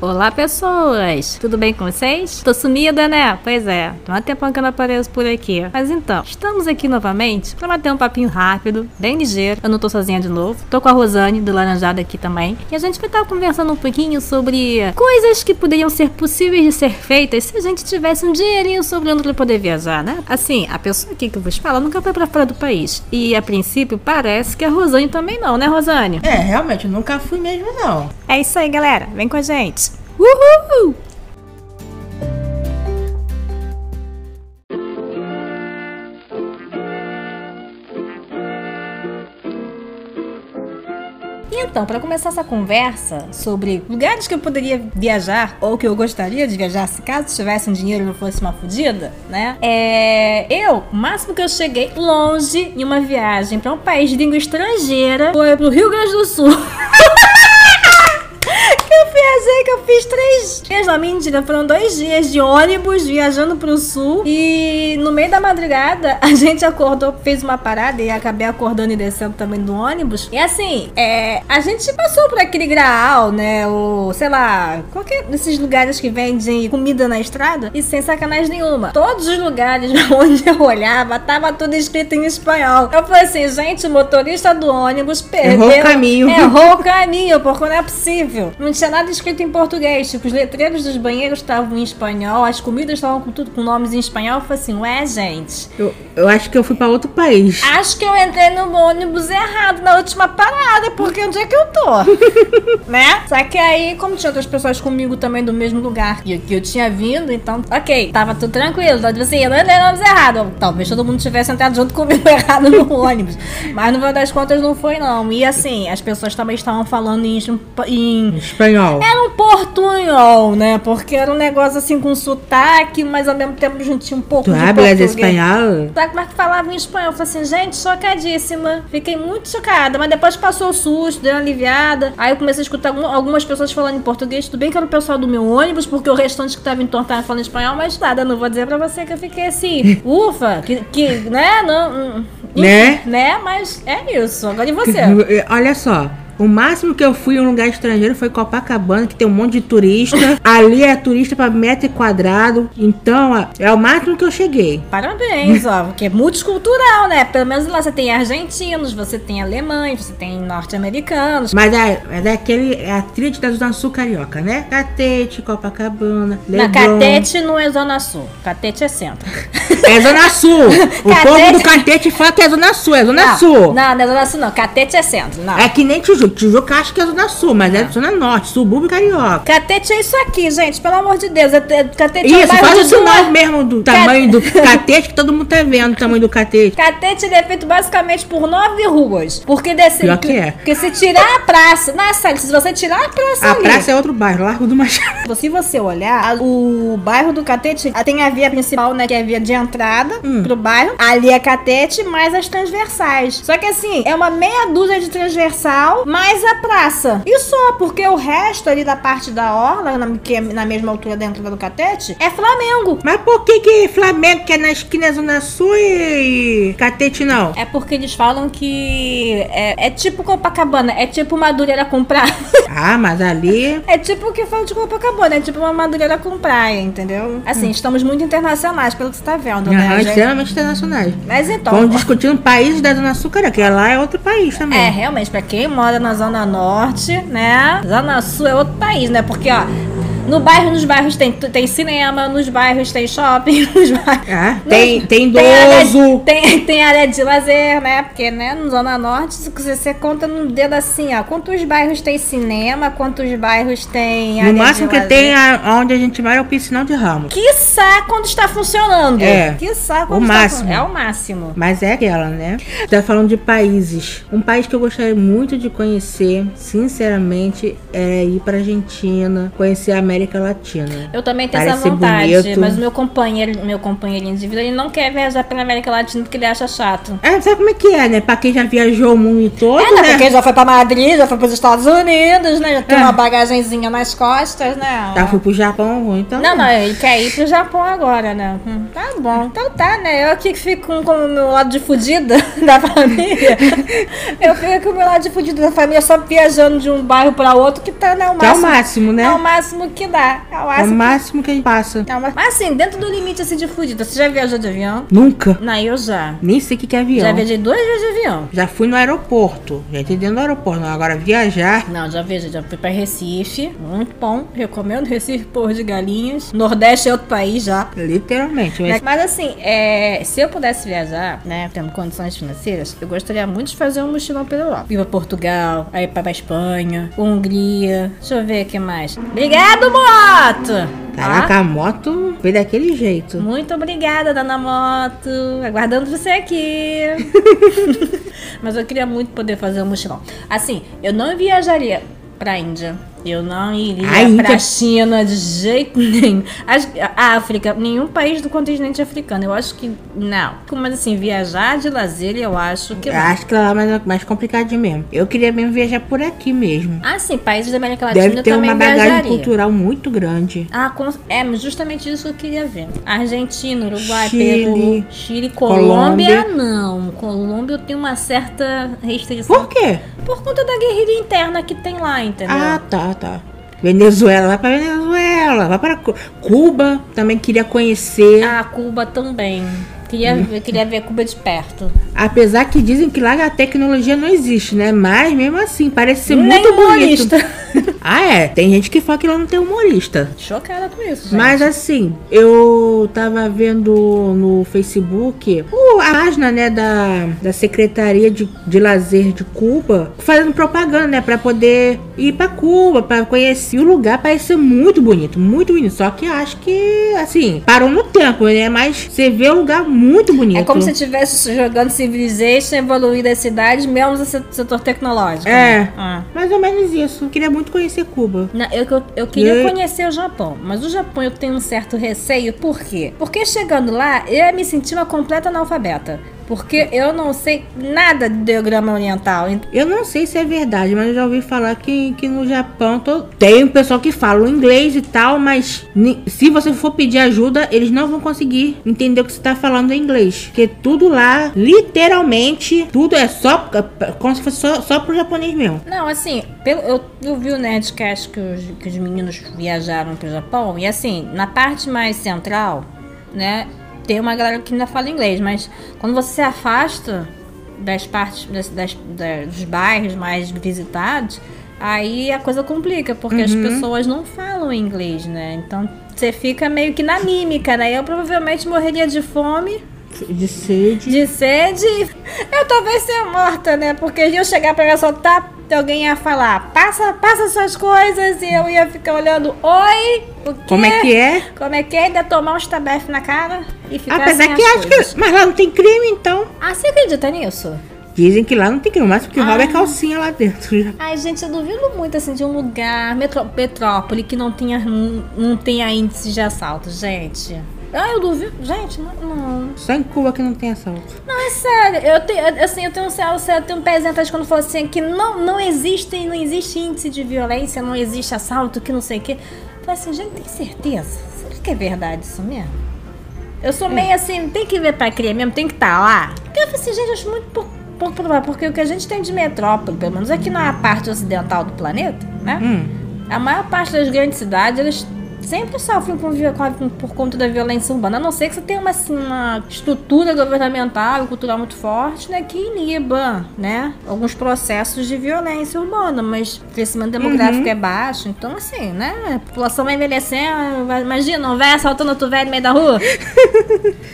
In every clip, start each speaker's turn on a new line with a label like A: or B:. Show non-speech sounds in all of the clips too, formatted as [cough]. A: Olá, pessoas! Tudo bem com vocês? Tô sumida, né? Pois é, tem um tempão que eu não apareço por aqui. Mas então, estamos aqui novamente pra bater um papinho rápido, bem ligeiro. Eu não tô sozinha de novo. Tô com a Rosane, do Laranjada, aqui também. E a gente vai estar conversando um pouquinho sobre coisas que poderiam ser possíveis de ser feitas se a gente tivesse um dinheirinho sobrando pra poder viajar, né? Assim, a pessoa aqui que eu vos falo nunca foi pra fora do país. E, a princípio, parece que a Rosane também não, né, Rosane?
B: É, realmente, eu nunca fui mesmo, não.
A: É isso aí, galera. Vem com a gente. Uhul! Então, para começar essa conversa sobre lugares que eu poderia viajar ou que eu gostaria de viajar se caso tivesse um dinheiro e não fosse uma fodida, né? É, eu, o máximo que eu cheguei longe em uma viagem para um país de língua estrangeira foi pro Rio Grande do Sul. Eu viajei que eu fiz três dias. Não, mentira, foram dois dias de ônibus viajando pro sul. E no meio da madrugada, [laughs] a gente acordou, fez uma parada e acabei acordando e descendo também do ônibus. E assim, é, a gente passou por aquele graal, né? Ou sei lá, qualquer desses lugares que vendem comida na estrada. E sem sacanagem nenhuma. Todos os lugares [laughs] onde eu olhava, tava tudo escrito em espanhol. Eu falei assim, gente, o motorista do ônibus perdeu.
B: Errou o caminho.
A: É, Errou o caminho, porque não é possível. Não tinha nada escrito em português. Tipo, os letreiros dos banheiros estavam em espanhol, as comidas estavam com tudo com nomes em espanhol. Eu falei assim, ué, gente.
B: Eu, eu acho que eu fui pra outro país.
A: Acho que eu entrei no ônibus errado na última parada, porque onde é que eu
B: [laughs]
A: tô? né? Só que aí, como tinha outras pessoas comigo também do mesmo lugar que, que eu tinha vindo, então, ok, tava tudo tranquilo. Então, tipo assim, eu não entrei no ônibus errado. Talvez todo mundo tivesse entrado junto comigo [laughs] errado no ônibus. Mas no final das contas não foi, não. E assim, as pessoas também estavam falando em- em
B: Espanhol.
A: era um portunhol, né? Porque era um negócio assim com sotaque, mas ao mesmo tempo juntinho um pouco
B: Tu
A: de
B: hablas
A: português.
B: espanhol?
A: Sabe como é que falava em espanhol? Eu falei assim, gente, chocadíssima. Fiquei muito chocada, mas depois passou o susto, deu uma aliviada. Aí eu comecei a escutar algum- algumas pessoas falando em português. Tudo bem que era o pessoal do meu ônibus, porque o restante que tava em torno tava falando espanhol, mas nada, não vou dizer pra você que eu fiquei assim, ufa, que, que né? Não, hum, enfim,
B: Né?
A: Né? Mas é isso. Agora e você?
B: Olha só. O máximo que eu fui em um lugar estrangeiro foi Copacabana, que tem um monte de
A: [laughs]
B: turista. Ali é turista pra metro e quadrado. Então, ó, é o máximo que eu cheguei.
A: Parabéns, ó, porque é multicultural, né? Pelo menos lá você tem argentinos, você tem alemães, você tem norte-americanos.
B: Mas é, é daquele. É a tríade da Zona Sul Carioca, né? Catete, Copacabana,
A: Na
B: Leblon.
A: Catete não é Zona Sul, Catete é centro.
B: É Zona
A: [laughs]
B: Sul. O
A: Catete.
B: povo do Catete fala que é Zona Sul, é Zona
A: não,
B: Sul.
A: Não, não é Zona Sul, não. Catete é centro, não.
B: É que nem Tijuca. Tijuca acho que é Zona Sul, mas é Zona Norte, subúrbio carioca.
A: Catete é isso aqui, gente, pelo amor de Deus. é- é- Catete é um
B: Isso,
A: bairro
B: faz o
A: de duas-
B: sinal mesmo do
A: Cat-
B: tamanho
A: [laughs]
B: do catete, que todo mundo tá vendo o tamanho do catete.
A: Catete ele é feito basicamente por nove ruas. Porque desse,
B: Pior que é.
A: Porque se tirar a praça. Nossa, se você tirar a praça
B: A
A: ali,
B: praça é outro bairro, Largo do Machado.
A: Tipo, Se você olhar, a- o bairro do Catete a- tem a via principal, né? Que é a via de entrada pro bairro. Ali é Catete, mais as transversais. Só que assim, é uma meia dúzia de transversal, mais a praça. E só, porque o resto ali da parte da orla, na, que é na mesma altura da entrada do Catete, é Flamengo.
B: Mas por que que Flamengo que é na esquina é Zona Sul e catete não?
A: É porque eles falam que é, é tipo Copacabana, é tipo Madureira com praia. [laughs]
B: Ah, mas ali...
A: É tipo o que falam de Copacabana, é tipo uma Madureira com praia, entendeu? Assim, estamos muito internacionais, pelo que você tá vendo, né?
B: Aham,
A: gente?
B: é extremamente internacionais.
A: Mas então.
B: Vamos discutindo países da Zona Sul Carioca, que lá é outro país também.
A: É, realmente, pra quem mora na Zona Norte, né? Zona Sul é outro país, né? Porque, ó, no bairro, nos bairros tem, tem cinema, nos bairros tem shopping, [laughs] nos bairros.
B: Ah,
A: nos-
B: tem, tem
A: área de-
B: idoso.
A: Tem, tem área de lazer, né? Porque, né, na Zona Norte, se você, você conta no dedo assim, ó. Quantos bairros tem cinema, quantos bairros tem área
B: No máximo
A: de
B: que
A: lazer.
B: tem a, onde a gente vai é o piscinão de Ramos.
A: Quiçá quando está funcionando.
B: É.
A: Quiçá
B: O
A: quando está
B: máximo.
A: funcionando. É o máximo.
B: Mas é aquela, né? Tá falando de países. Um país que eu gostaria muito de conhecer, sinceramente, é ir pra Argentina, conhecer a América América Latina.
A: Eu também tenho
B: Parece
A: essa vontade,
B: bonito.
A: mas o meu companheiro, meu companheirinho de vida, ele não quer viajar pela América Latina porque ele acha chato.
B: É, sabe como é que é, né? Pra quem já viajou o mundo todo,
A: É, né?
B: né?
A: Porque já foi pra Madrid, já foi pros Estados Unidos, né? Já tem
B: É.
A: uma bagagenzinha nas costas, né?
B: Tá, fui pro Japão, então...
A: Não, é não, ele quer ir pro Japão agora, né? Hum, Tá bom, então tá, né? Eu aqui que fico com- com o meu lado de fudida [laughs] da família. Eu fico com o meu lado de fudida da família só viajando de um bairro pra outro, que tá, né? O
B: Que é o
A: máximo,
B: máximo, né?
A: é o máximo que dá. É o
B: É o
A: máximo.
B: máximo que a gente passa.
A: é o máximo. Mas assim, dentro do limite assim, de fudida, você já viajou de avião?
B: Nunca.
A: Não, eu já.
B: Nem sei o que que é avião.
A: Já viajei duas vezes de avião.
B: Já fui no aeroporto. Já entendi no aeroporto. Não, agora viajar.
A: Não, já vejo, já fui pra Recife. Muito bom. Recomendo [laughs] Recife, Porto de Galinhas. Nordeste é outro país já.
B: Literalmente.
A: Mas,
B: Mas
A: mas assim, é, se eu pudesse viajar, né, tendo condições financeiras, eu gostaria muito de fazer um mochilão pela Europa. Ir pra Portugal, aí pra Espanha, Hungria. Deixa eu ver o que mais. Obrigado, moto!
B: Caraca, a moto veio daquele jeito.
A: Ó, muito obrigada, dona moto. Aguardando você
B: [laughs]
A: aqui. mas eu queria muito poder fazer um mochilão. Assim, eu não viajaria pra Índia. Eu não iria
B: A Índia-
A: pra China de jeito nenhum. As- A África, nenhum país do continente africano. Eu acho que não. Mas assim, viajar de lazer, eu acho que.
B: Eu
A: não.
B: acho que lá é mais, mais complicadinho mesmo. Eu queria mesmo viajar por aqui mesmo.
A: Ah, sim, países da América Latina
B: Deve
A: eu
B: ter
A: também
B: uma bagagem
A: viajaria.
B: cultural muito grande.
A: Ah, com- é justamente isso que eu queria ver. Argentina, Uruguai,
B: Chile,
A: Peru, Chile, Colômbia,
B: Colômbia.
A: não. Colômbia eu tenho uma certa restrição
B: Por quê?
A: por conta da guerrilha interna que tem lá, entendeu?
B: Ah, tá, tá. Venezuela, vai pra Venezuela, vai pra Cu- Cuba, também queria conhecer.
A: Ah, Cuba também. Queria
B: Hum.
A: ver, queria ver Cuba de perto.
B: Apesar que dizem que lá a tecnologia não existe, né? Mas mesmo assim, parece ser
A: Nem
B: muito
A: humorista.
B: bonito. Ah, é. Tem gente que fala que lá não tem humorista.
A: [laughs] Chocada com isso, gente.
B: Mas assim, eu tava vendo no Facebook o- a página, né, da, da Secretaria de, de Lazer de Cuba fazendo propaganda, né, pra poder ir pra Cuba, pra conhecer o lugar. Parece ser muito bonito, muito bonito. Só que acho que, assim, parou no tempo, né, mas você vê o lugar muito bonito.
A: É como se estivesse jogando Civilization, evoluindo as cidades, mesmo no se- setor tecnológico.
B: É.
A: né? Ah.
B: Mais ou menos isso. Queria muito conhecer Cuba.
A: Não, eu, eu, eu queria
B: E-
A: conhecer o Japão, mas o Japão eu tenho um certo receio, por quê? Porque chegando lá, eu ia me sentir uma completa analfabeta. Porque eu não sei nada de diagrama oriental. ent-
B: Eu não sei se é verdade, mas eu já ouvi falar que, que no Japão to- tem um pessoal que fala o inglês e tal, mas ni- se você for pedir ajuda, eles não vão conseguir entender o que você tá falando em inglês. Porque tudo lá, literalmente, tudo é só como se fosse só, só pro japonês mesmo.
A: Não, assim, pelo, eu, eu vi o Nerdcast que os, que os meninos viajaram pro Japão, e assim, na parte mais central, né, tem uma galera que ainda fala inglês, mas quando você se afasta das partes, das, das- da- dos bairros mais visitados, aí a coisa complica, porque as pessoas não falam inglês, né, então você fica meio que na mímica, né, eu provavelmente morreria de fome
B: De sede.
A: de sede. Eu talvez seja morta, né? Porque eu chegar pra me assaltar, alguém ia falar, passa, passa suas coisas, e eu ia ficar olhando, oi, o quê?
B: Como é que é?
A: Como é que é? Ainda tomar uns tabef na cara e ficar
B: Apesar
A: sem
B: que
A: assim as
B: acho
A: coisas.
B: que. Mas lá não tem crime, então.
A: Ah, você acredita nisso?
B: Dizem que lá não tem crime, mas porque
A: Ah.
B: rouba é calcinha lá dentro. [laughs]
A: Ai, gente, eu duvido muito, assim, de um lugar, metró- metrópole, que não tenha, não tenha índice de assalto, gente. Ah, eu duvido. Gente, não- não.
B: Só em Cuba que não tem assalto.
A: Não, é sério, eu tenho, eu- assim, eu tenho um céu, eu tenho um pezinho atrás quando falo assim, que não, não existe, não existe índice de violência, não existe assalto, que não sei o quê. Eu Falei assim, gente, tem certeza? Será que é verdade isso mesmo? Eu sou meio assim, tem que ver pra crer mesmo, tem que estar lá. Porque eu falei assim, gente, eu acho muito pouco, pouco provável, porque o que a gente tem de metrópole, pelo menos aqui na parte ocidental do planeta, né?
B: Hum.
A: A maior parte das grandes cidades, elas sempre sofrem com vi- com a- com- por conta da violência urbana, a não ser que você tenha uma, assim, uma estrutura governamental e cultural muito forte, né, que iniba, né, alguns processos de violência urbana, mas o crescimento demográfico é baixo, então assim, né, a população vai envelhecendo, vai- imagina, um velho assaltando outro velho no meio da rua,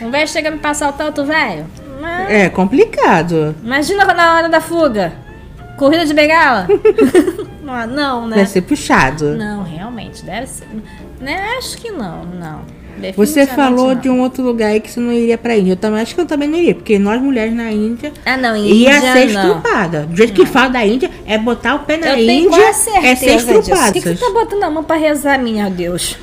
A: um velho chega a me passar assaltar outro velho, Mas-
B: É complicado.
A: imagina na hora da fuga, corrida de bengala, não, não, né.
B: Deve ser puxado.
A: Não, realmente, deve ser. Né? Acho que não, não.
B: Você
A: Definitivamente
B: falou
A: não.
B: de um outro lugar aí que você não iria pra Índia. Eu também acho que eu também não iria, porque nós mulheres na Índia
A: Ah, não, Índia
B: ia ser
A: não.
B: estrupada. Do jeito que fala da Índia, é botar o pé na
A: Eu tenho
B: Índia,
A: quase
B: é
A: certeza
B: ser
A: disso.
B: estrupada.
A: Por que que tá botando a mão pra rezar, minha Deus?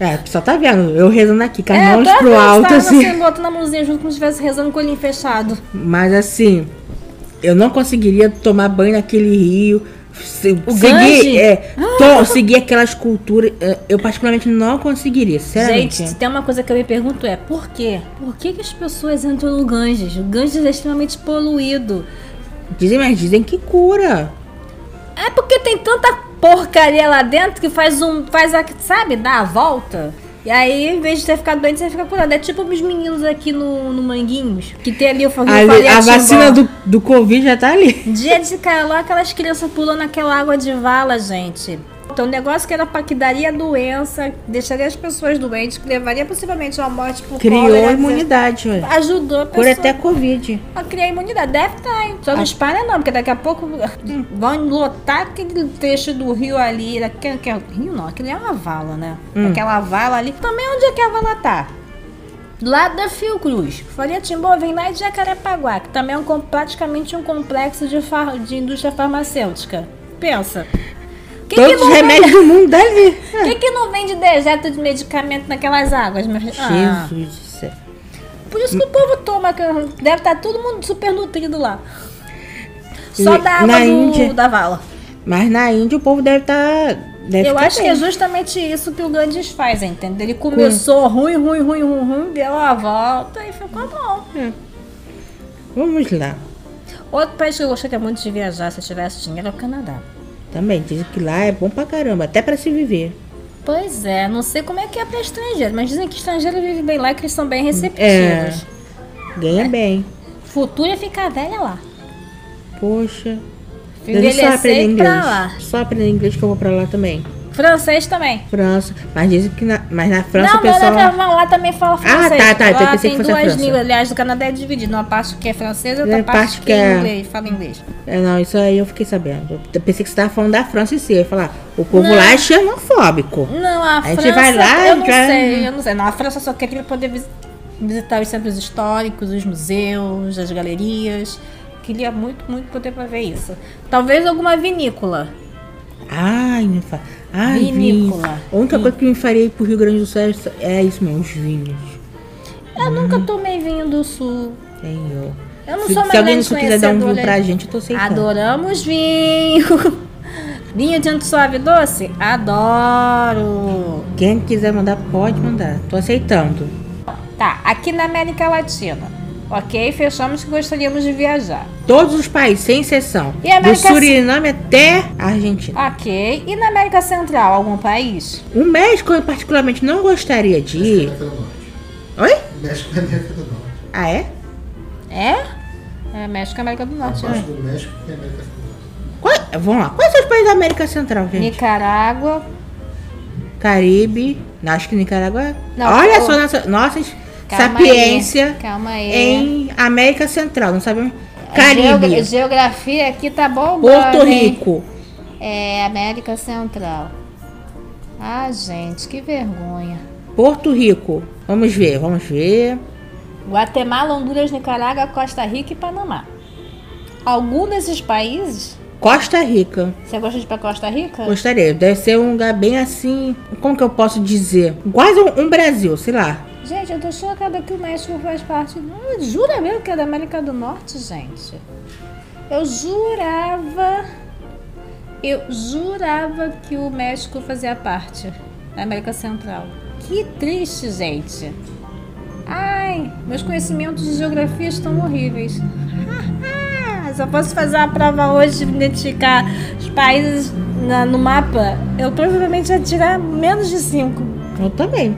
B: É, só tá vendo, eu rezando aqui, com as mãos
A: tá
B: pro
A: vendo,
B: alto,
A: tá
B: assim.
A: Você botando a mãozinha junto como se estivesse rezando com o olhinho fechado.
B: Mas assim, eu não conseguiria tomar banho naquele rio. se-
A: O Ah. Gange?
B: seguir, é, to- seguir aquelas culturas. é, Eu particularmente não conseguiria, sinceramente.
A: Gente, se tem uma coisa que eu me pergunto é por quê? Por que, que as pessoas entram no Ganges? O Ganges é extremamente poluído.
B: Dizem, mas dizem que cura.
A: É porque tem tanta porcaria lá dentro que faz um. faz a. sabe, dá a volta. E aí, em vez de você ficar doente, você fica curado. É tipo os meninos aqui no, no Manguinhos, que tem ali o
B: A,
A: foguinho
B: a
A: paliativo, ó.
B: vacina do, do Covid já tá ali.
A: Dia de calor, aquelas crianças pulando aquela água de vala, gente. Então, um negócio que era pra que daria doença, deixaria as pessoas doentes, que levaria possivelmente a uma morte por
B: Criou
A: cólera,
B: a imunidade, olha.
A: Ajudou a
B: Cura
A: pessoa
B: até Covid.
A: a criar imunidade. Deve estar, hein?
B: Ah.
A: Só não espalha não, porque daqui a pouco vão lotar aquele trecho do rio ali. Daquele, que é, rio não, aquele é uma vala, né?
B: Hum.
A: Aquela vala ali. Também onde é que a vala tá? Do lado da Fiocruz. Faria Timbó vem lá de Jacarepaguá, que também é um, com- praticamente um complexo de, far- de indústria farmacêutica. Pensa. Que né? que
B: Todos
A: não
B: os
A: vende-
B: remédios do mundo dali.
A: Por que, que não vende dejeto de medicamento naquelas águas? meu filho? Ah,
B: Jesus do céu.
A: por isso que o povo toma, que deve estar todo mundo super nutrido lá. Só
B: E
A: da água
B: na
A: do-
B: Índia-
A: da vala.
B: Mas na Índia o povo deve estar. deve
A: Eu
B: tá
A: acho que
B: bem.
A: é justamente isso que o Gandhi faz, entendeu? Ele
B: Hum.
A: começou ruim, ruim, ruim, ruim, ruim, deu a volta e ficou bom.
B: Vamos lá.
A: Outro país que eu gostaria muito de viajar se eu tivesse dinheiro é o Canadá.
B: Também dizem que lá é bom pra caramba, até pra se viver.
A: Pois é, não sei como é que é para estrangeiro, mas dizem que estrangeiro vive bem lá e que eles são bem receptivos.
B: É.
A: É.
B: Ganha bem.
A: Futuro é ficar velha lá.
B: Poxa. Eu só aprender
A: Envelhecer e
B: inglês.
A: pra lá.
B: Só aprender inglês que eu vou pra lá também.
A: Francês também.
B: França. Mas dizem que na, mas na França
A: não,
B: o pessoal.
A: não, não, não, lá também fala francês.
B: tá, tá, eu
A: Lá
B: pensei
A: tem
B: que fosse a
A: duas
B: França.
A: línguas, aliás, o Canadá é dividido. Uma parte que é francesa, outra
B: É,
A: parte, que é inglês, fala inglês.
B: É, não, isso aí eu fiquei sabendo. Eu pensei que você tava falando da França e si. Eu ia falar, o povo
A: Não.
B: lá é xenofóbico.
A: Não, a,
B: A gente
A: França.
B: vai lá,
A: eu não
B: já-
A: sei, eu não sei. Não, a França só queria poder visi- visitar os centros históricos, os museus, as galerias. Queria muito, muito poder pra ver isso. Talvez alguma vinícola.
B: Ai, me fa... Ai, vinho.
A: Vinícola.
B: A única coisa que me faria ir pro Rio Grande do Sul é- é isso mesmo, os vinhos.
A: Eu nunca tomei vinho do sul.
B: Senhor.
A: Eu não
B: se,
A: sou
B: se
A: uma
B: alguém
A: grande
B: não quiser dar um vinho
A: conhecedora
B: pra
A: de-
B: gente, eu tô aceitando.
A: Adoramos vinho. [laughs] Vinho de antissuave doce? Adoro.
B: Quem quiser mandar, pode mandar. Tô aceitando.
A: Tá, aqui na América Latina. Ok, fechamos que gostaríamos de viajar.
B: Todos os países, sem exceção.
A: E a
B: do
A: América-
B: Suriname até a Argentina.
A: Ok, e na América Central, algum país?
B: O México, eu particularmente não gostaria de ir.
C: América do Norte.
B: Oi?
C: México é América do Norte.
B: Ah, é?
A: É? É México e América do Norte.
C: Parte
A: né?
C: do México é América do Norte.
B: Qual- Vamos lá. Quais são os países da América Central, gente?
A: Nicarágua.
B: Caribe. Não, acho que Nicarágua. é-
A: Não,
B: Olha
A: o-
B: só nossa, nossa
A: Calma
B: sapiência
A: Aí, calma aí.
B: em América Central. Não sabemos.
A: A geogra-
B: Caribe.
A: Geografia aqui tá bom.
B: Porto Rico.
A: É, América Central. Ah, gente, que vergonha.
B: Porto Rico. Vamos ver, vamos ver.
A: Guatemala, Honduras, Nicarágua, Costa Rica e Panamá. Algum desses países?
B: Costa Rica.
A: Você gosta de ir pra Costa Rica?
B: Gostaria. Deve ser um lugar bem assim. Como que eu posso dizer? Quase um, um Brasil, sei lá.
A: Gente, eu tô chocada que o México faz parte. Hum, Jura mesmo que é da América do Norte, gente? Eu jurava. Eu jurava que o México fazia parte da América Central. Que triste, gente. Ai, meus conhecimentos de geografia estão horríveis. [laughs] Ah, Só posso fazer a prova hoje de identificar os países na- no mapa. Eu provavelmente ia tirar menos de cinco.
B: Eu também.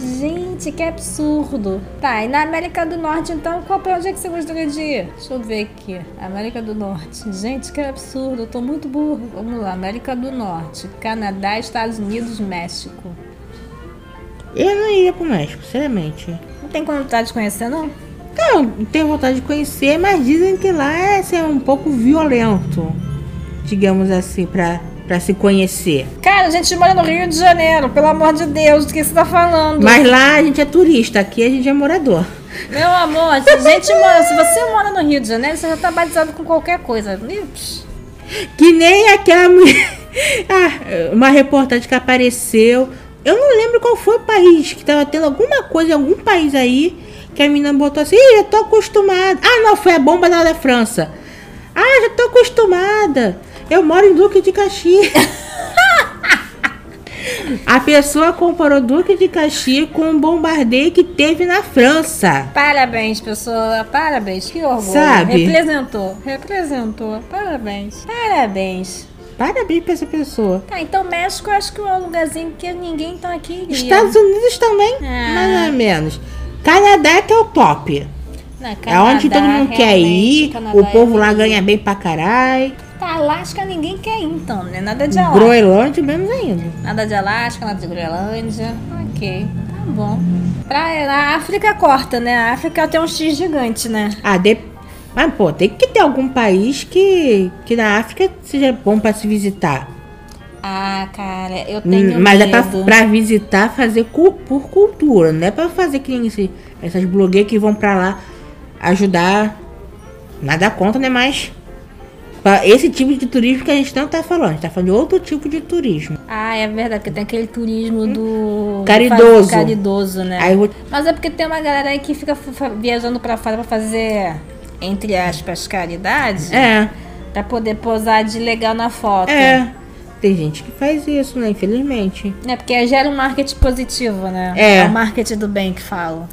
A: Gente, que absurdo. Tá, e na América do Norte, então, qual pra onde é que você gostaria de ir? Deixa eu ver aqui. América do Norte. Gente, que absurdo. Eu tô muito burro. Vamos lá, América do Norte. Canadá, Estados Unidos, México.
B: Eu não iria pro México, sinceramente.
A: Não tem como vontade de conhecer, não?
B: Não, tenho vontade de conhecer, é mas dizem que lá é assim, um pouco violento. Digamos assim, pra, pra se conhecer.
A: Cara, a gente mora no Rio de Janeiro, pelo amor de Deus, do que você tá falando?
B: Mas lá a gente é turista, aqui a gente é morador.
A: Meu amor, se a gente mora, se você mora no Rio de Janeiro, você já tá batizado com qualquer coisa. Ih, psh.
B: Que nem aquela [laughs] mulher. Ah, uma reportagem que apareceu. Eu não lembro qual foi o país que tava tendo alguma coisa, algum país aí, que a menina botou assim, Ih, já tô acostumada. Ah, não, foi a bomba lá da França. Ah, já tô acostumada. Eu moro em Duque de Caxias. [laughs] a pessoa comparou Duque de Caxias com um bombardeio que teve na França.
A: Parabéns, pessoa. Parabéns. Que orgulho.
B: Sabe?
A: Representou. Representou. Parabéns. Parabéns.
B: Parabéns pra essa pessoa.
A: Tá, então México eu acho que é um lugarzinho que ninguém tá aqui. iria.
B: Estados Unidos também,
A: Ah.
B: mais ou menos. Canadá que é o top.
A: Não,
B: é onde todo mundo quer
A: realmente,
B: ir,
A: Canadá
B: o povo
A: é-
B: lá ganha bem pra caralho.
A: Tá, Alasca ninguém quer ir, então, né? Nada de Alasca.
B: Groenlândia menos ainda.
A: Nada de Alasca, nada de Groenlândia. Ok, tá bom. Pra, a África corta, né? A África tem um X gigante, né?
B: Ah, de... Mas, pô, tem que ter algum país que, que na África seja bom pra se visitar.
A: Ah, cara, eu
B: Hum,
A: tenho
B: Mas
A: medo.
B: é pra, pra visitar, fazer cu- por cultura. Não é pra fazer que nem esse- essas blogueiras que vão pra lá ajudar. Nada contra, né? Mas pra esse tipo de turismo que a gente não tá falando. A gente tá falando de outro tipo de turismo.
A: Ah, é verdade, porque tem aquele turismo do...
B: Caridoso.
A: do Caridoso, né?
B: Aí eu vou-
A: Mas é porque tem uma galera aí que fica fa- fa- viajando pra fora pra fazer, entre aspas, caridade.
B: É,
A: Pra poder posar de legal na foto.
B: é. Tem gente que faz isso, né? Infelizmente.
A: É porque gera um marketing positivo, né?
B: É.
A: o marketing do bem que falo.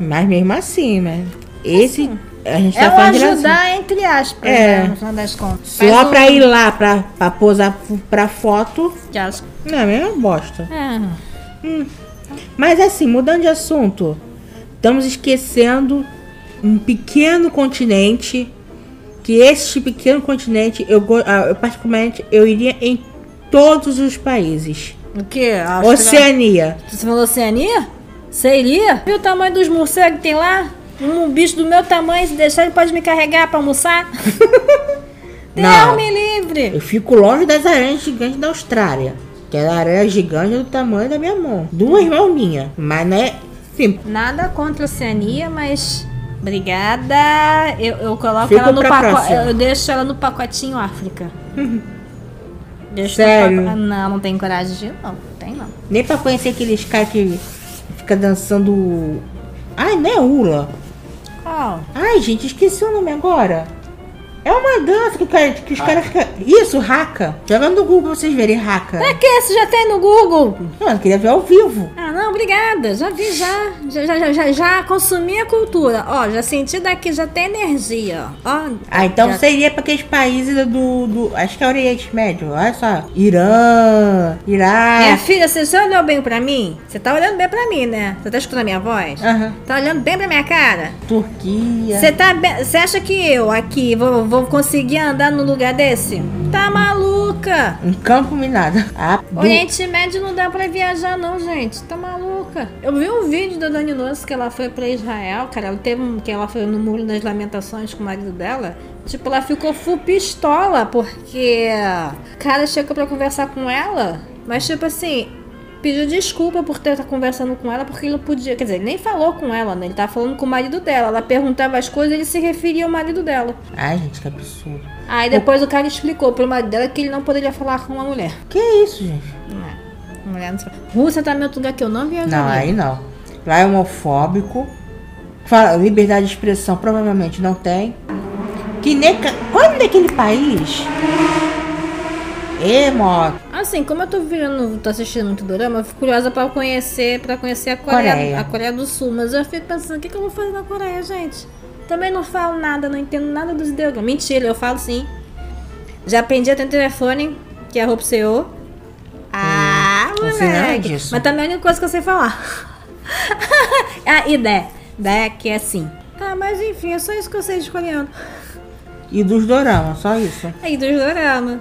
B: Mas mesmo assim, né? Esse. A gente
A: Ah. É
B: tá
A: o
B: falando de Brasil.
A: ajudar, entre aspas,
B: É.
A: né? No final das contas.
B: Só
A: Faz um-
B: pra ir lá pra, pra posar f- pra foto.
A: de aspas.
B: Não, é uma bosta.
A: É.
B: Mas assim, mudando de assunto, estamos esquecendo um pequeno continente. Que este pequeno continente, eu, go- ah, eu particularmente, eu iria em todos os países.
A: O quê? A Austrália-
B: Oceania.
A: Você falou Oceania? Você iria? Viu o tamanho dos morcegos que tem lá? Um bicho do meu tamanho, se deixar, ele pode me carregar pra almoçar? Deus
B: Não.
A: me livre!
B: Eu fico longe das aranhas gigantes da Austrália. Que é aranha gigante do tamanho da minha mão. Duas mãos minhas. Mas não é. Sim,
A: Nada contra a Oceania, mas... Obrigada! Eu, eu coloco
B: Fica
A: ela no
B: pra
A: pacote...
B: próxima.
A: Eu deixo ela no pacotinho
B: [laughs]
A: África. deixo no
B: Sério?
A: paco- Não, não tem coragem de ir, não. Não tem, não.
B: nem pra conhecer aqueles caras que fica dançando. Ai, não é Ula.
A: Qual?
B: Ai, gente, esqueci o nome agora. É uma dança que, o cara- que os caras ficam. Isso, raca. Joga no Google pra vocês verem raca.
A: Pra que isso já tem no Google?
B: Não, eu queria ver ao vivo.
A: Ah, não, obrigada. Já vi, já. Já, já, já, já, já consumi a cultura. Ó, já senti daqui, já tem energia. Ó,
B: Ah, então
A: já-
B: seria pra aqueles países do, do. Acho que é Oriente Médio. Olha só. Irã,
A: Minha
B: Iraque.
A: filha, você já olhou bem pra mim? Você tá olhando bem pra mim, né? Você tá escutando a minha voz?
B: Aham.
A: Tá olhando bem pra minha cara?
B: Turquia.
A: Você tá bem- Você acha que eu aqui vou, vou conseguir andar num lugar desse? Tá maluca!
B: Um campo minado. Ah, do-
A: Oriente Médio não dá pra viajar, não, gente. Tá maluca? Eu vi um vídeo da Dani Nosso que ela foi pra Israel, cara. Ela teve um. que ela foi no Muro das Lamentações com o marido dela. Tipo, ela ficou full pistola porque. O cara chegou pra conversar com ela, mas tipo assim. Pediu desculpa por ter tá conversando com ela, porque ele não podia. Quer dizer, ele nem falou com ela, né? Ele tava falando com o marido dela. Ela perguntava as coisas e ele se referia ao marido dela.
B: Ai, gente, que absurdo.
A: Aí depois o cara explicou pro marido dela que ele não poderia falar com uma mulher.
B: Que isso, gente?
A: Não, mulher não se fala. Rússia tá em outro lugar que eu não viajaria.
B: Não, aí não. Lá é homofóbico. Fala- liberdade de expressão provavelmente não tem. Que nem. ca- Qual é o nome daquele país? Emo.
A: Assim, como eu tô vendo, tô assistindo muito dorama, eu fico curiosa pra conhecer, para conhecer a Coreia,
B: Coreia.
A: a Coreia do Sul, mas eu fico pensando, o que, que eu vou fazer na Coreia, gente? Também não falo nada, não entendo nada dos ideogramas. Mentira, eu falo sim. Já aprendi até o telefone, que é roupa CEO. Ah,
B: Hum, não sei nada
A: moleque.
B: disso.
A: Mas também é a única coisa que eu sei falar. [laughs] ah, ideia. Ideia que é sim. Ah, mas enfim, é só isso que eu sei de coreano.
B: E dos doramas, só isso.
A: Aí dos dorama.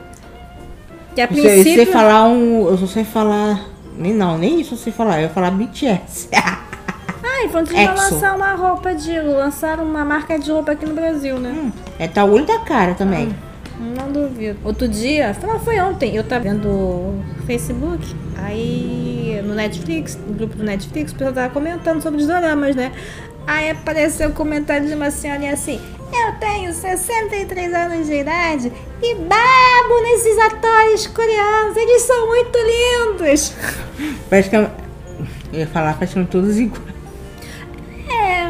A: Que a
B: Eu sei, eu sei
A: princípio.
B: falar um. Eu só sei falar. Nem não, nem isso eu sei falar. Eu ia falar [laughs] BTS.
A: Ai, pronto, eles vão
B: Exo.
A: lançar uma roupa de. lançaram uma marca de roupa aqui no Brasil, né?
B: Hum, é tá o olho da cara também.
A: Não duvido. Outro dia, foi- não foi ontem, eu tava vendo o Facebook, aí no Netflix, no grupo do Netflix, o pessoal tava comentando sobre os doramas, né? Aí apareceu o comentário de uma senhorinha assim: Eu tenho 63 anos de idade e babo nesses atores coreanos, eles são muito lindos.
B: Praticamente. Eu ia falar praticamente todos iguais.
A: É.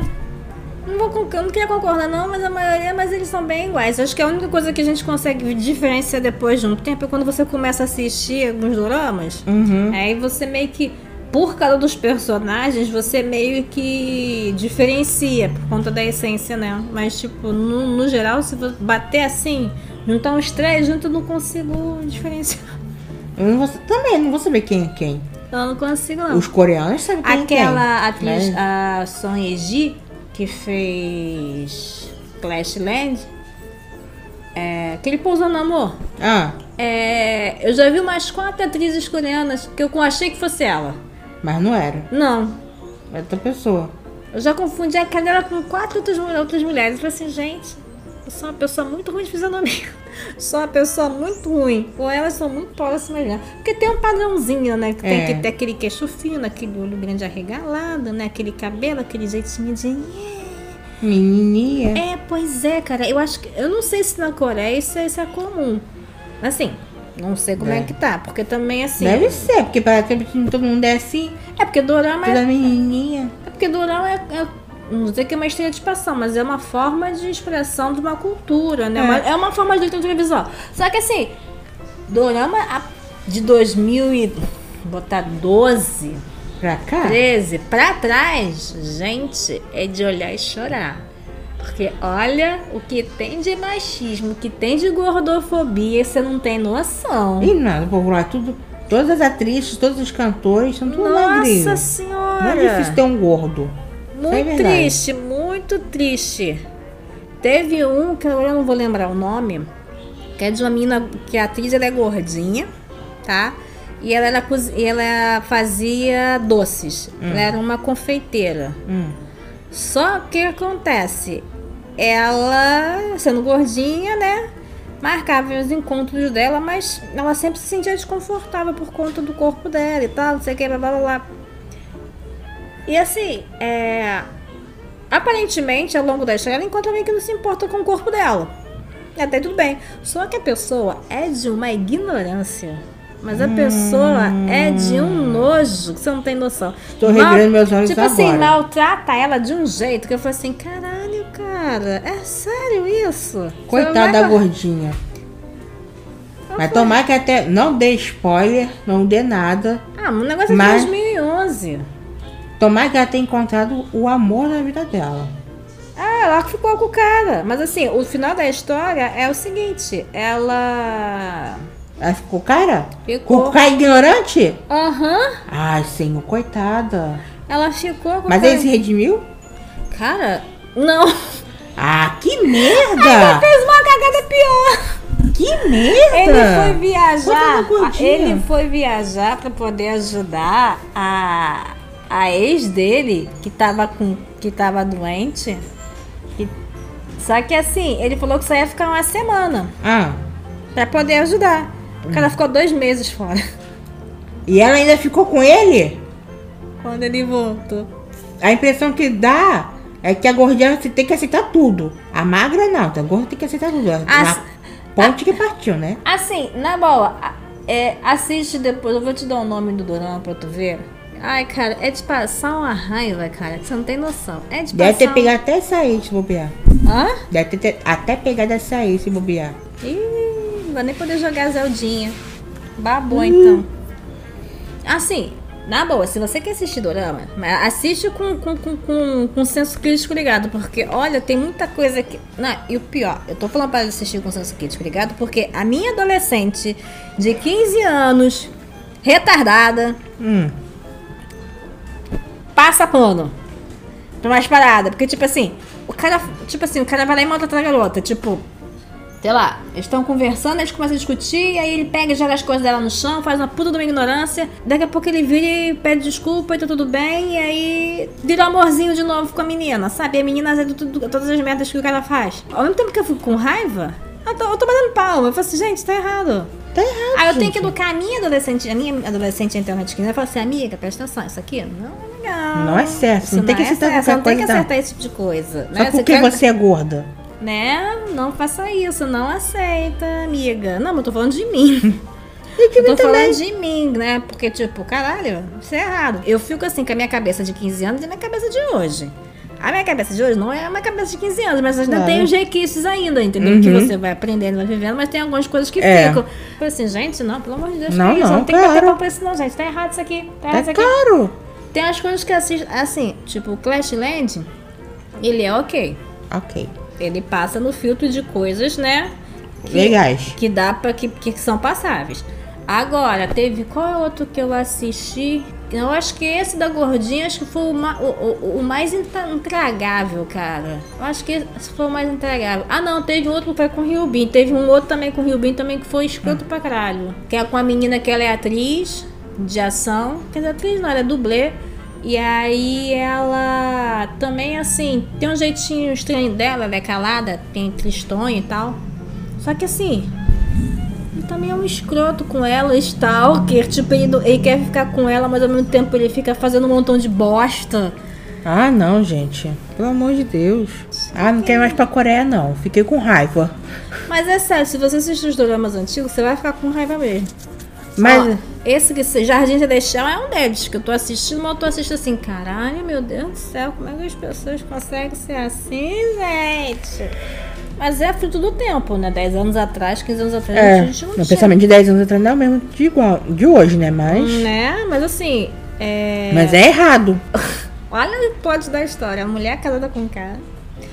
A: Não vou conc- eu não queria concordar, não, mas a maioria, mas eles são bem iguais. Acho que é a única coisa que a gente consegue diferenciar depois de um tempo é quando você começa a assistir alguns doramas.
B: Uhum.
A: Aí você meio que, por causa dos personagens, você meio que diferencia por conta da essência, né? Mas, tipo, no, no geral, se você bater assim, juntar uns três juntos, eu não consigo diferenciar. [laughs]
B: Eu não vou- também não vou saber quem é quem.
A: Eu não consigo, não.
B: Os coreanos sabem quem é quem.
A: Aquela atriz,
B: né?
A: a Son Eji, que fez Clashland, é, que ele pousou no amor.
B: Ah,
A: É, eu já vi umas quatro atrizes coreanas que eu achei que fosse ela.
B: mas não era.
A: Não,
B: Era É outra pessoa.
A: Eu já confundi a cadela com quatro outras, mu- outras mulheres. Eu falei assim, gente, eu sou uma pessoa muito ruim de fisionomia. [laughs] Sou uma pessoa muito ruim. Ou elas são muito próximas, né? Porque tem um padrãozinho, né? Que
B: É.
A: Tem que ter aquele queixo fino, aquele olho grande arregalado, né? Aquele cabelo, aquele jeitinho de...
B: Menininha.
A: É, pois é, cara. Eu acho que... Eu não sei se na Coreia isso é, isso é comum. Assim... Não sei como é.
B: É.
A: que tá, porque também assim.
B: Deve ser, porque praticamente todo mundo é assim.
A: É porque Dorama é
B: Toda menininha.
A: É porque Durão é, é- Não vou dizer que é uma estereotipação, mas é uma forma de expressão de uma cultura, né?
B: É.
A: Uma- É, uma forma de literatura visual. Só que assim, Dorama a- de 2000 e. botar 12,
B: Pra cá?
A: 13 pra trás, gente, é de olhar e chorar. Porque olha o que tem de machismo, o que tem de gordofobia, você não tem noção.
B: E nada, o povo lá, é tudo. Todas as atrizes, todos os cantores, são tudo magrinhos.
A: Nossa
B: Não
A: senhora!
B: é difícil ter um gordo. é
A: Muito
B: verdade.
A: triste, muito triste. Teve um que agora eu não vou lembrar o nome, que é de uma menina que a atriz ela é gordinha, tá? E ela, era, cozi- e ela fazia doces. Ela era uma confeiteira.
B: Hum.
A: Só que acontece, ela sendo gordinha, né? Marcava os encontros dela, mas ela sempre se sentia desconfortável por conta do corpo dela e tal, não sei o que, blá blá blá. blá. E assim, é. Aparentemente, ao longo da história, ela encontra alguém que não se importa com o corpo dela. E Até tudo bem. Só que a pessoa é de uma ignorância. Mas a pessoa é de um nojo que você não tem noção.
B: Estou
A: Mal-
B: revirando Hum. meus olhos
A: Tipo
B: agora.
A: assim, maltrata ela de um jeito que eu falei assim, caralho, cara, é sério isso?
B: Coitada
A: Você
B: da
A: vai-
B: gordinha. Mas tomar que até. Não dê spoiler, não dê nada.
A: Ah, o negócio é de
B: Mas-
A: 2011.
B: Tomar que ela tenha encontrado o amor da vida dela.
A: Ah, ela que ficou com o cara. Mas assim, o final da história é o seguinte, ela...
B: Ela ficou cara?
A: Ficou...
B: Ficou cara ignorante?
A: Aham,
B: Ai, senhor, coitada.
A: ela ficou com o
B: Mas
A: cara.
B: ele se redimiu?
A: Cara, não.
B: Ah, que merda!
A: Fez uma cagada pior.
B: Que
A: Ele foi
B: merda! Coitada
A: viajar.
B: da gordinha.
A: Ele foi viajar pra poder ajudar a, a ex dele, que tava com. que tava doente. E- só que assim, ele falou que só ia ficar uma semana
B: Ah,
A: pra poder ajudar. O cara ficou dois meses fora. [laughs]
B: e ela ainda ficou com ele?
A: Quando ele voltou.
B: A impressão que dá é que a gordinha você tem que aceitar tudo. A magra não, a gorda tem que aceitar tudo. A,
A: As-
B: ponte que partiu, né?
A: Assim, na boa, a- é, assiste depois, eu vou te dar o nome do Dorama pra tu ver. Ai, cara, é de passar uma raiva, cara, que você não tem noção. É de
B: Deve ter
A: passar.
B: pegado até sair se bobear.
A: Hã?
B: Deve ter, ter até pegado a sair se bobear.
A: Ih, não vai nem poder jogar Zeldinha. Babou, então. Assim, na boa, se você quer assistir Dorama, mas assiste com, com, com, com, com senso crítico ligado, porque, olha, tem muita coisa que... Não, e o pior, eu tô falando pra assistir com senso crítico ligado, porque a minha adolescente de 15 anos, retardada,
B: Hum.
A: passa pano pra umas paradas. Porque, tipo assim, o cara. Tipo assim, o cara vai lá e maltrata a garota. Tipo, sei lá, eles estão conversando, eles começam a discutir, aí ele pega e joga as coisas dela no chão, faz uma puta de uma ignorância. Daqui a pouco ele vira e pede desculpa e tá tudo bem. E aí vira um amorzinho de novo com a menina, sabe? E a menina é tudo, todas as merdas que o cara faz. Ao mesmo tempo que eu fico com raiva. A eu tô, eu tô batendo palma. Eu falo assim, gente, tá errado.
B: Tá errado.
A: Aí eu tenho
B: gente.
A: que educar a minha adolescente, a minha adolescente internet que ela fala assim, amiga, presta atenção, isso aqui não é legal.
B: Não é certo,
A: Isso
B: não tem que
A: é
B: acertar
A: certo,
B: qualquer
A: não tem que
B: coisa, não.
A: acertar esse tipo de coisa.
B: Só
A: né?
B: porque
A: quer-
B: você é gorda.
A: Né? Não faça isso, não aceita, amiga. Não, mas eu tô falando de mim. [laughs]
B: E de
A: Eu
B: mim
A: tô
B: também. é
A: falando de mim, né? Porque, tipo, caralho, isso é errado. Eu fico assim com a minha cabeça de 15 anos e a minha cabeça de hoje. A minha cabeça de hoje não é uma cabeça de 15 anos, mas ainda
B: Claro.
A: tem os requisitos ainda, entendeu? Que
B: Uhum.
A: você vai aprendendo, vai vivendo, mas tem algumas coisas que
B: É.
A: ficam. Tipo assim, gente, não, pelo amor de Deus,
B: Não,
A: que isso?
B: não,
A: tem que bater
B: claro.
A: pau pra isso, não, gente. Tá errado isso aqui. Tá errado isso
B: Tá
A: aqui.
B: caro.
A: Tem as coisas que assisto, assim, tipo, o Clashland, ele é ok.
B: Ok.
A: Ele passa no filtro de coisas, né? Que,
B: Legais.
A: Que dá para que, que são passáveis. Agora, teve qual é o outro que eu assisti? Eu acho que esse da gordinha acho que foi o, ma- o- o- o mais intra- intragável, cara. Eu acho que esse foi o mais intragável. Ah, não, teve outro que foi com o Ryubin. Teve um outro também com o Ryubin também que foi escroto pra caralho. Que é com a menina que ela é atriz de ação. Quer dizer, atriz não, ela é dublê. E aí ela também assim, tem um jeitinho estranho dela, ela é calada, tem tristonho e tal. Só que assim, ele também é um escroto com ela, stalker, tipo, ele, não- ele quer ficar com ela, mas ao mesmo tempo ele fica fazendo um montão de bosta.
B: Ah, não, gente. Pelo amor de Deus. Ah, não quero mais pra Coreia, não. Fiquei com raiva.
A: Mas é sério, se você assistir os dramas antigos, você vai ficar com raiva mesmo.
B: Mas.
A: Ó, esse que esse Jardim de Deixão é um deles que eu tô assistindo, mas eu tô assistindo assim, caralho, meu Deus do céu, como é que as pessoas conseguem ser assim, gente? Mas é fruto do tempo, né? 10 anos atrás, 15 anos atrás,
B: é.
A: a gente não
B: Meu
A: tinha.
B: pensamento de 10 anos atrás não é o mesmo de, igual, de hoje, né? Mas.
A: Né? Mas assim, é...
B: Mas é errado.
A: olha o plot da história. A mulher é casada com um cara,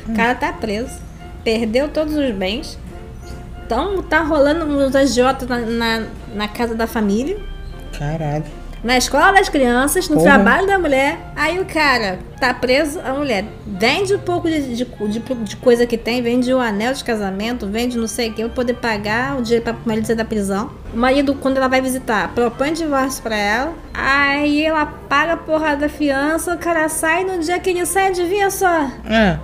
A: o cara tá preso, perdeu todos os bens, então tá rolando uns agiotas na- na, na casa da família.
B: Caralho.
A: Na escola das crianças, no
B: Porra.
A: trabalho da mulher, aí o cara tá preso, a mulher vende um pouco de, de, de- de coisa que tem, vende o anel de casamento, vende não sei o que, pra poder pagar o dinheiro pra o marido sair da prisão. O marido, quando ela vai visitar, propõe divórcio pra ela, aí ela paga a porrada da fiança, o cara sai, no dia que ele sai, adivinha só?
B: Ah,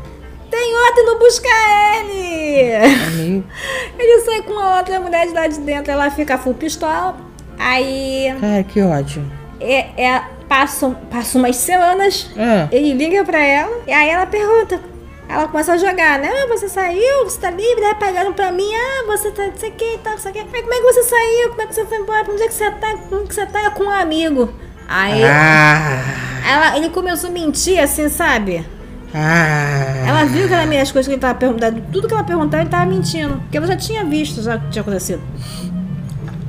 A: Tem ordem não buscar ele! [laughs]
B: amigo.
A: Ele sai com a outra mulher de lá de dentro, ela fica full pistola, aí
B: Cara, que ódio.
A: é, é, passam, passam umas semanas,
B: Ah,
A: ele liga pra ela, e aí ela pergunta. Ela começa a jogar, né? Ah, você saiu, você tá livre, aí pagaram pra mim, ah, você tá, não sei o que, tá, não sei o que. Mas como é que você saiu? Como é que você foi embora? Pra Onde é que você tá? Como que você tá É com um amigo? Aí
B: ah,
A: ela, ele começou a mentir, assim, sabe?
B: ah.
A: Ela viu que ela, as coisas que ele tava perguntando, tudo que ela perguntava, ele tava mentindo. Porque ela já tinha visto já o que tinha acontecido.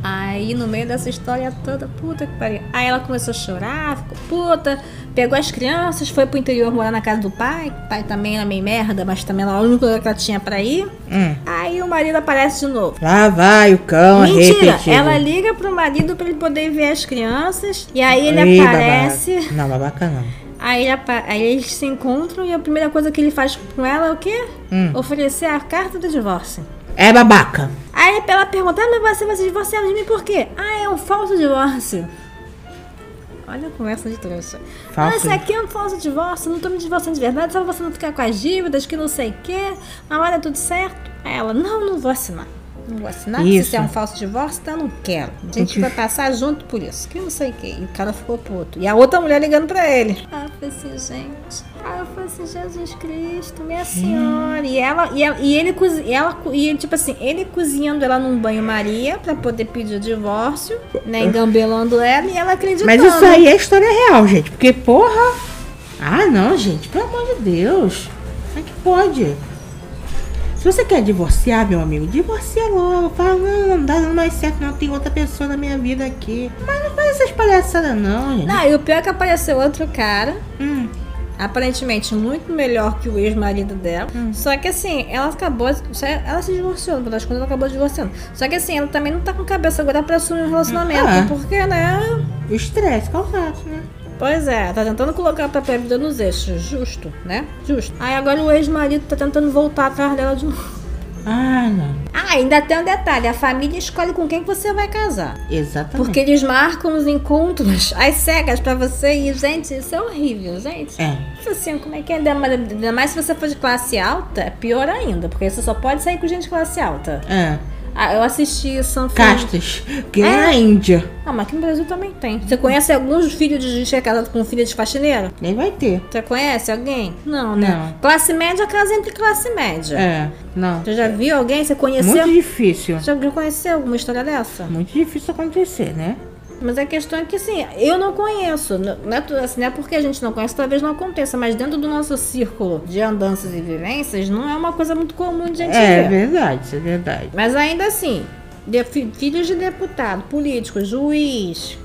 A: Aí, no meio dessa história toda, puta que pariu. Aí ela começou a chorar, ficou puta, pegou as crianças, foi pro interior morar na casa do pai. O pai também era meio merda, mas também era o único lugar que ela tinha pra ir.
B: Hum.
A: Aí o marido aparece de novo.
B: Lá vai o cão
A: Mentira!
B: repetido.
A: Ela liga pro marido pra ele poder ver as crianças. E aí ele
B: Ih,
A: aparece.
B: babaca. Não, babaca não.
A: Aí, ele apa- aí eles se encontram e a primeira coisa que ele faz com ela é o quê?
B: Hum.
A: Oferecer a carta do divórcio.
B: É babaca.
A: Aí ela pergunta, ah, mas você vai se divorciar de mim por quê? Ah, é um falso divórcio. Olha a conversa de trouxa.
B: Falso.
A: Ah, isso aqui é um falso divórcio, não tô me divorciando de verdade, só pra você não ficar com as dívidas, que não sei o quê. Mas olha, tudo certo. Aí ela, não, não vou assinar. Não vou assinar, porque se
B: Isso.
A: isso é um falso divórcio, então eu não quero. A gente vai passar junto por isso, que não sei o quê. E o cara ficou puto. E a outra mulher ligando pra ele. Ah, eu falei assim, gente. Ah, eu falei assim, Jesus Cristo, minha senhora. E ela, e ela, e ele, cozi- e ela, co- e ele, tipo assim, ele cozinhando ela num banho-maria pra poder pedir o divórcio, né, engambelando ela e ela acreditando.
B: Mas isso aí é história real, gente. Porque, porra. Ah, não, gente. Pelo amor de Deus. Como é que pode? Se você quer divorciar, meu amigo, divorcia logo. Fala, não, não dá não mais certo, não. Tem outra pessoa na minha vida aqui. Mas não faz essas palhaçadas, não, gente.
A: Não, e o pior é que apareceu outro cara,
B: Hum.
A: aparentemente muito melhor que o ex-marido dela. Só que assim, ela acabou. só- é- Ela se divorciou, no final das contas, ela acabou divorciando. Só que assim, ela também não tá com cabeça agora pra assumir um relacionamento.
B: Ah.
A: Porque, né?
B: O estresse causado, né?
A: Pois é, tá tentando colocar a própria vida nos eixos. Justo, né? Justo. Aí agora o ex-marido tá tentando voltar atrás dela de novo. [laughs]
B: Ah, não.
A: Ah, ainda tem um detalhe: a família escolhe com quem você vai casar.
B: Exatamente.
A: Porque eles marcam os encontros às cegas pra você e, gente, isso é horrível, gente.
B: É.
A: Tipo Assim, como é que é? Ainda mais- ainda mais se você for de classe alta, é pior ainda, porque você só pode sair com gente de classe alta.
B: É.
A: Ah, eu assisti São
B: Castas. Que é.
A: É.
B: na Índia.
A: Ah, mas aqui no Brasil também tem. Você conhece alguns filhos de gente que é casado com filha de faxineiro?
B: Nem vai ter.
A: Você conhece alguém? Não, né?
B: Não.
A: Classe média casa entre classe média.
B: É. Não.
A: Você já viu alguém? Você conheceu?
B: Muito difícil.
A: Já conheceu alguma história dessa?
B: Muito difícil acontecer, né?
A: Mas a questão é que, assim, eu não conheço. Não não é, tu- assim, não é porque a gente não conhece, talvez não aconteça. Mas dentro do nosso círculo de andanças e vivências, não é uma coisa muito comum de gente
B: É,
A: ver.
B: verdade, isso é verdade.
A: Mas ainda assim, de- fi- filhos de deputado, político, juiz,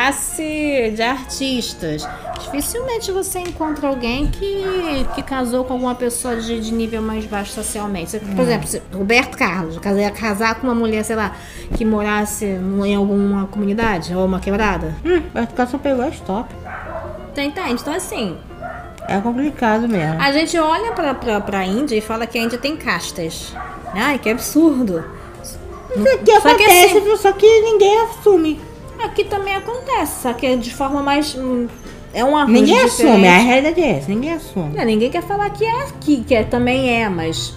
A: classe de artistas, dificilmente você encontra alguém que, que casou com alguma pessoa de, de nível mais baixo socialmente. Você- Por exemplo, se Roberto Carlos casa- ia casar com uma mulher, sei lá, que morasse num- em alguma comunidade ou uma quebrada.
B: Hum, vai ficar só pegou as top.
A: Tá, Entende? Então, assim,
B: É complicado mesmo.
A: A gente olha pra, pra, pra Índia e fala que a Índia tem castas. Ai, que absurdo.
B: Isso aqui
A: Só
B: é
A: que
B: acontece,
A: assim-
B: viu? Só que ninguém assume.
A: Aqui também acontece, só que é de forma mais. hum, é um arranjo
B: Ninguém
A: diferente.
B: assume, a realidade é essa, ninguém assume.
A: Não, ninguém quer falar que é aqui, que é, também é, mas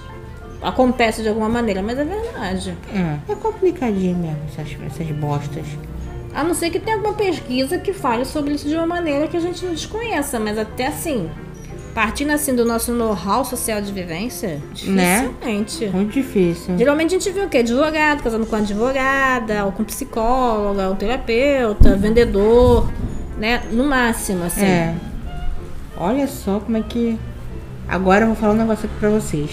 A: acontece de alguma maneira, mas é verdade.
B: É, é complicadinho mesmo essas, essas bostas.
A: A não ser que tenha alguma pesquisa que fale sobre isso de uma maneira que a gente não desconheça, mas até assim, partindo assim do nosso know-how social de vivência,
B: Né?
A: dificilmente.
B: Muito difícil.
A: Geralmente a gente vê o quê? Advogado casando com advogada, ou com psicóloga, ou terapeuta, vendedor, né? No máximo, assim.
B: É. Olha só como é que. Agora eu vou falar um negócio aqui pra vocês.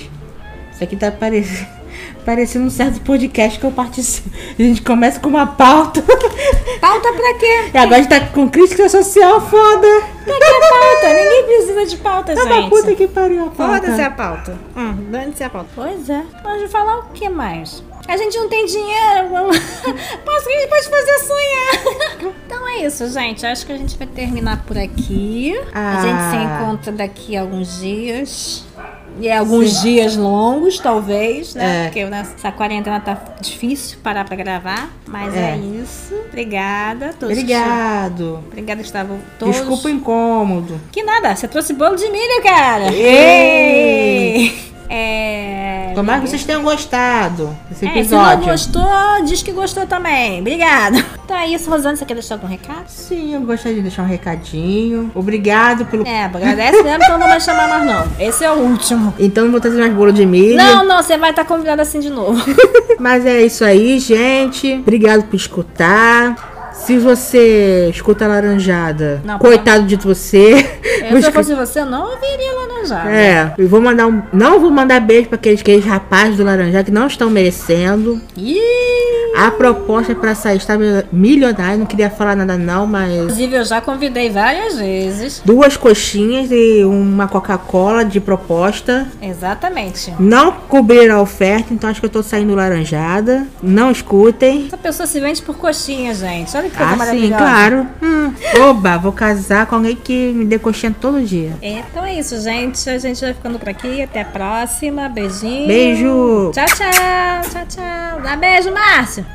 B: Isso aqui tá parecendo, [laughs] parecendo um certo podcast que eu participo. [laughs] A gente começa com uma pauta. [laughs]
A: Pauta pra quê?
B: E agora a gente tá com crítica social foda.
A: é Pauta, ninguém precisa de pauta,
B: Tá da
A: gente.
B: puta que pariu a pauta.
A: Foda-se é a pauta. Hum, dane-se a pauta. Pois é. Pode falar o que mais? A gente não tem dinheiro. vamos- [laughs] Posso que a gente pode fazer sonhar. Então é isso, gente. Acho que a gente vai terminar por aqui.
B: Ah.
A: A gente se encontra daqui a alguns dias. E é alguns dias longos, talvez, né?
B: É.
A: Porque nessa quarentena tá difícil parar pra gravar. Mas é,
B: É.
A: isso. Obrigada a todos. que estiveram-
B: Obrigado.
A: Obrigada, Gustavo. Todos.
B: Desculpa o incômodo.
A: Que nada, você trouxe bolo de milho, cara!
B: Ei!
A: É.
B: Tomara que vocês tenham gostado desse
A: É, se não
B: episódio.
A: gostou, diz que gostou também. Obrigada. Então é isso, Rosana, você quer deixar algum recado?
B: Sim, eu gostaria de deixar um recadinho. Obrigado pelo.
A: É, agradece mesmo, então não vai chamar mais não. Esse é o último.
B: Então não vou trazer mais bolo de milho.
A: Não, não, você vai estar convidada assim de novo.
B: Mas é isso aí, gente. Obrigado por escutar. Se você escuta laranjada,
A: Não,
B: coitado de [laughs] você.
A: Eu, se eu fosse você, eu não ouviria laranjada.
B: É, e vou mandar um. Não vou mandar beijo pra aqueles, aqueles rapazes do laranjada que não estão merecendo.
A: Ih!
B: A proposta pra sair está milionária, não queria falar nada não, mas
A: Inclusive, eu já convidei várias vezes.
B: duas coxinhas e uma Coca-Cola de proposta.
A: Exatamente.
B: Não cobriram a oferta, então acho que eu tô saindo laranjada. Não escutem.
A: Essa pessoa se vende por coxinha, gente. Olha que coisa
B: Ah, sim,
A: tá maravilhosa.
B: claro. Hum, Oba, vou casar com alguém que me dê coxinha todo dia.
A: Então é isso, gente. A gente vai ficando por aqui. Até a próxima. Beijinho.
B: Beijo!
A: Tchau, tchau. Tchau, tchau. Dá beijo, Márcio.